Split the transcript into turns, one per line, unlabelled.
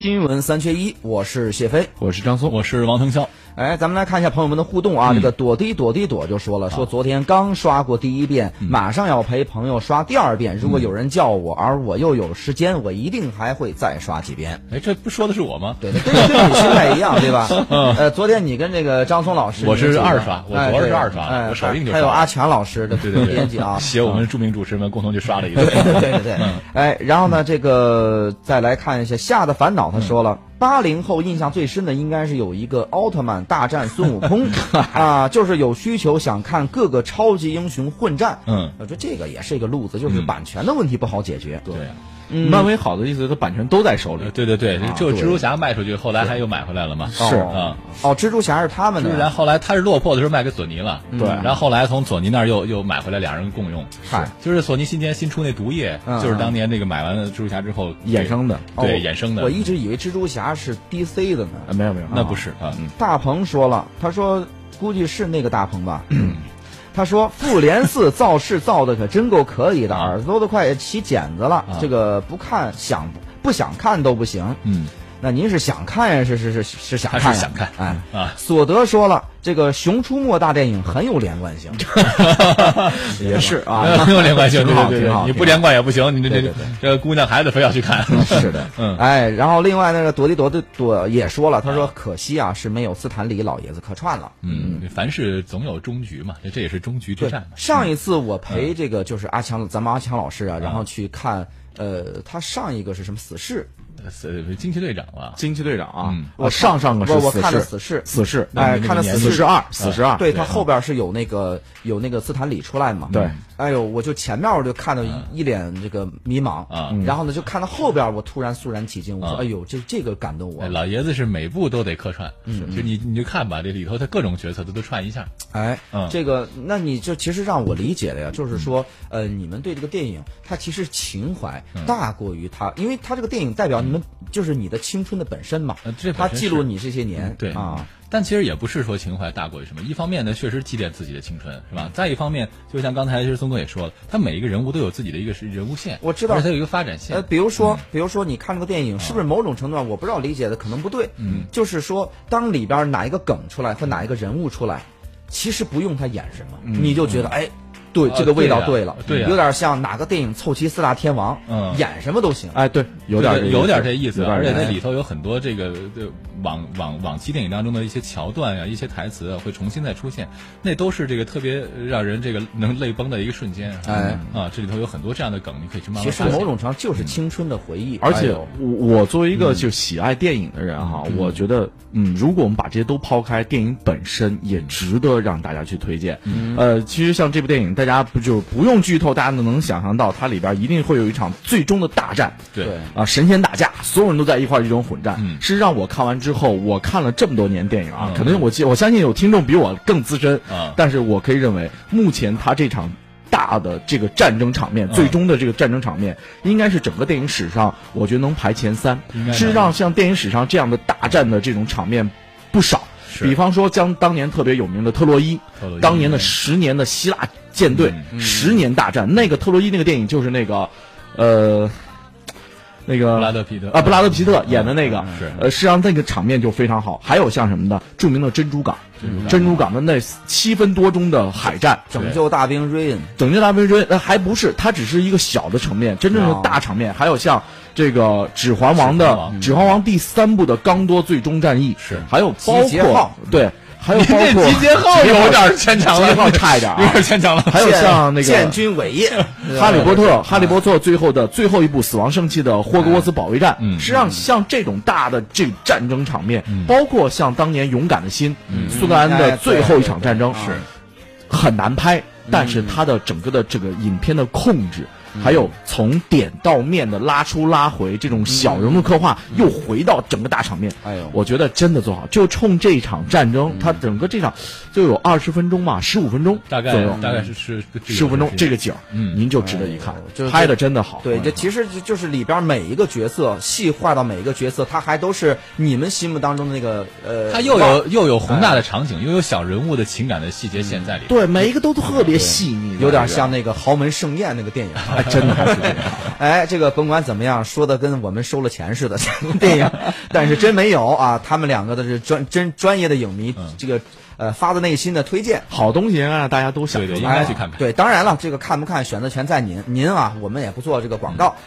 新闻三缺一，我是谢飞。
我是张松，我是王腾霄。
哎，咱们来看一下朋友们的互
嗯
动啊。这个躲滴躲滴躲就说了，说昨天刚刷过第一遍，
嗯
马上要陪朋友刷第二遍。如果有人叫我，而我又有时间，我一定还会再刷几遍。
哎，这不说的是我吗？
对，对跟跟你心态一样，对 吧？呃，昨天你跟这个张松老师，
嗯我是
你们几个
二刷我
哎
昨儿是
对
二刷
哎
我手印就
还有
刷了
阿强老师的
对对
编辑啊
对，， 写我们著名主持人们共同去刷了一顿。
对对对，哎，然后呢，这个再来看一下《夏的烦恼》，他说了，八零后印象最深的应该是有一个奥特曼大战孙悟空 啊，就是有需求想看各个超级英雄混战。
嗯，
我说这个也是一个路子，就是版权的问题不好解决。
对呀，
漫威好的意思，它版权都在手
呃
里。
对对对，就
啊对
蜘蛛侠卖出去，后来还又买回来了嘛。
哦
是
啊，
哦，蜘蛛侠是他们
蜘
的
蛛侠
呀，
后来他是落魄的时候卖给索尼了，
对
然后后来从索尼那儿又又买回来，俩人共用。
嗨，
就是索尼今年新出那毒液，
嗯
就是当年那个买完了蜘蛛侠之后
衍生的
哦
对衍生的
我一直以为蜘蛛侠是 DC 的呢。
啊，没有没有，
那不
是
是啊，
大鹏说了，他说估计是那个大鹏吧。
嗯
他说复联四造势造的可真够可以的，
啊
耳朵都快起茧子了
啊。
这个不看想不想看都不行。
嗯
那您是想看呀？是是是是想看呀？
他是想看
哎。
啊，
索德说了，这个《熊出没》大电影很有连贯 性， 也是啊，
没有连贯性，
挺
对
好
对
挺好
对，你
挺
不连贯也不行，你这
对
这
对对
这姑娘孩子非要去看，
是的，
嗯
哎，然后另外那个朵迪朵朵朵也说了，他说可惜啊是没有斯坦李老爷子客串了，
嗯，凡事总有终局嘛，这这也是终局之
对
战嘛。
上一次我
嗯
陪这个就是阿强，咱们阿强老师啊，然后去看，呃，他上一个是什么死侍？
呃，惊奇队长啊，
惊奇队长啊
嗯，
我上上个是
我我
死
看的
侍，
死侍
死侍，
哎看的
死
死侍哎
侍二，死侍二，
对
对
他后边是有那个有那个斯坦李出来嘛？
对。
哎呦，我就前面我就看到
嗯
一一脸这个迷茫
啊，
然后呢就看到后边，我突然肃然起敬，我说
啊
哎呦，这这个感动我
哎，老爷子是每部都得客串，
嗯
就你你就看吧，这里头他各种角色他都串一下。
哎
嗯，
这个，那你就其实让我理解的呀，就是说，呃，你们对这个电影，它其实情怀
嗯
大过于它，因为它这个电影代表你们就是你的青春的本身嘛
呃 这，本
它
身
记录你这些
嗯
年，
对
啊，，
但其实也不是说情怀大过于什么。一方面呢，确实祭奠自己的青春，是吧？再一方面，就像刚才其实松哥也说了，他每一个人物都有自己的一个是人物线，
我知道
而且他有一个发展线
呃，。比如说，比如说你看这个电影，是不是某种程度上我不知道理解的可能不对，嗯，就是说，当里边哪一个梗出来或哪一个人物出来，其实不用他演什么，
嗯
你就觉得哎。对，
啊
这个味道
对呀
了，
对呀
有点像哪个电影凑齐四大天王，
嗯
演什么都行。
哎对，有点
对对有点这意思，啊
有点
而且
这
那里头有很多这个对往往往期电影当中的一些桥段呀、一些台词啊，会重新再出现，那都是这个特别让人这个能泪崩的一个瞬间。
哎
啊，这里头有很多这样的梗，你可以去慢慢
其实
发现
某种程度上就是青春的回忆，
啊而且
哎呦
我我作为一个就喜爱电影的人哈，我觉得，嗯，如果我们把这些都抛开，电影本身也值得让大家去推荐。呃，其实像这部电影，大家不就不用剧透，大家能想象到它里边一定会有一场最终的大战。
对
对
啊，神仙打架，所有人都在一块儿这种混战，
嗯
是让我看完之后，我看了这么多年电影啊，
嗯
可能我记我相信有听众比我更资深，
啊
但是我可以认为，目前他这场大的这个战争场面，
嗯
最终的这个战争场面，应该是整个电影史上，我觉得能排前三
应该，能
是让像电影史上这样的大战的这种场面不少。
是
比方说，将当年特别有名的特洛伊
特洛伊，嗯
当年的十年的希腊舰队、十年大战，那个特洛伊那个电影就是那个，呃，那个
布拉德皮特啊
啊，布拉德皮特演的那个，
嗯是
呃，实际上那个场面就非常好。还有像什么的，著名的珍珠港，珍珠港的那七分多钟的海战，
拯救大兵瑞恩，
拯救大兵瑞恩，呃还不是，它只是一个小的场面，真正的大场面。还有像这个《指环王》
哦指
的
环王
《指环王》第三部的刚多最终战役，
是
还有包
集结号
括对，还有
你
包
这
括
集结号有点牵强了，
集结号差一点啊
有点牵强了。
还有像那个
建军伟业，
《 哈利波特》《哈利波特》最后的最后一部死亡圣器的霍格沃茨保卫战，
嗯
实际上像这种大的这战争场面，包括像当年《勇敢的心》
嗯
苏格兰的最后一场战争
哎对对对
是很难
嗯
拍，但是它的整个的这个影片的控制。
嗯
还有从点到面的拉出拉回这
嗯
种小人物刻画，又回到整个大场面。
哎呦
我觉得真的做好，就冲这场战争，它整个这场就有二十分钟嘛，十五分钟
嗯大概
左右
大概是是这个
十五分钟
是
这个景儿，
嗯
您就值得一看
哎呦就是，
拍的真的好。嗯
对，这其实就就是里边每一个角色细化到每一个角色，他还都是你们心目当中的那个呃，
它又有又有宏大的场景，又有小人物的情感的细节线在里头。
对每一个都特别细腻，
有点像那个豪门盛宴那个电影，
哎，
啊真的还是这样。
哎，这个甭管怎么样，说的跟我们收了钱似的电 影，但是真没有啊。他们两个的是专真专业的影迷，
嗯
这个呃发自内心的推荐。
好东西让大家都享
对对
受
应。该去看看
嗯
哎对，当然了，这个看不看选择权在您，您啊，我们也不做这个广告。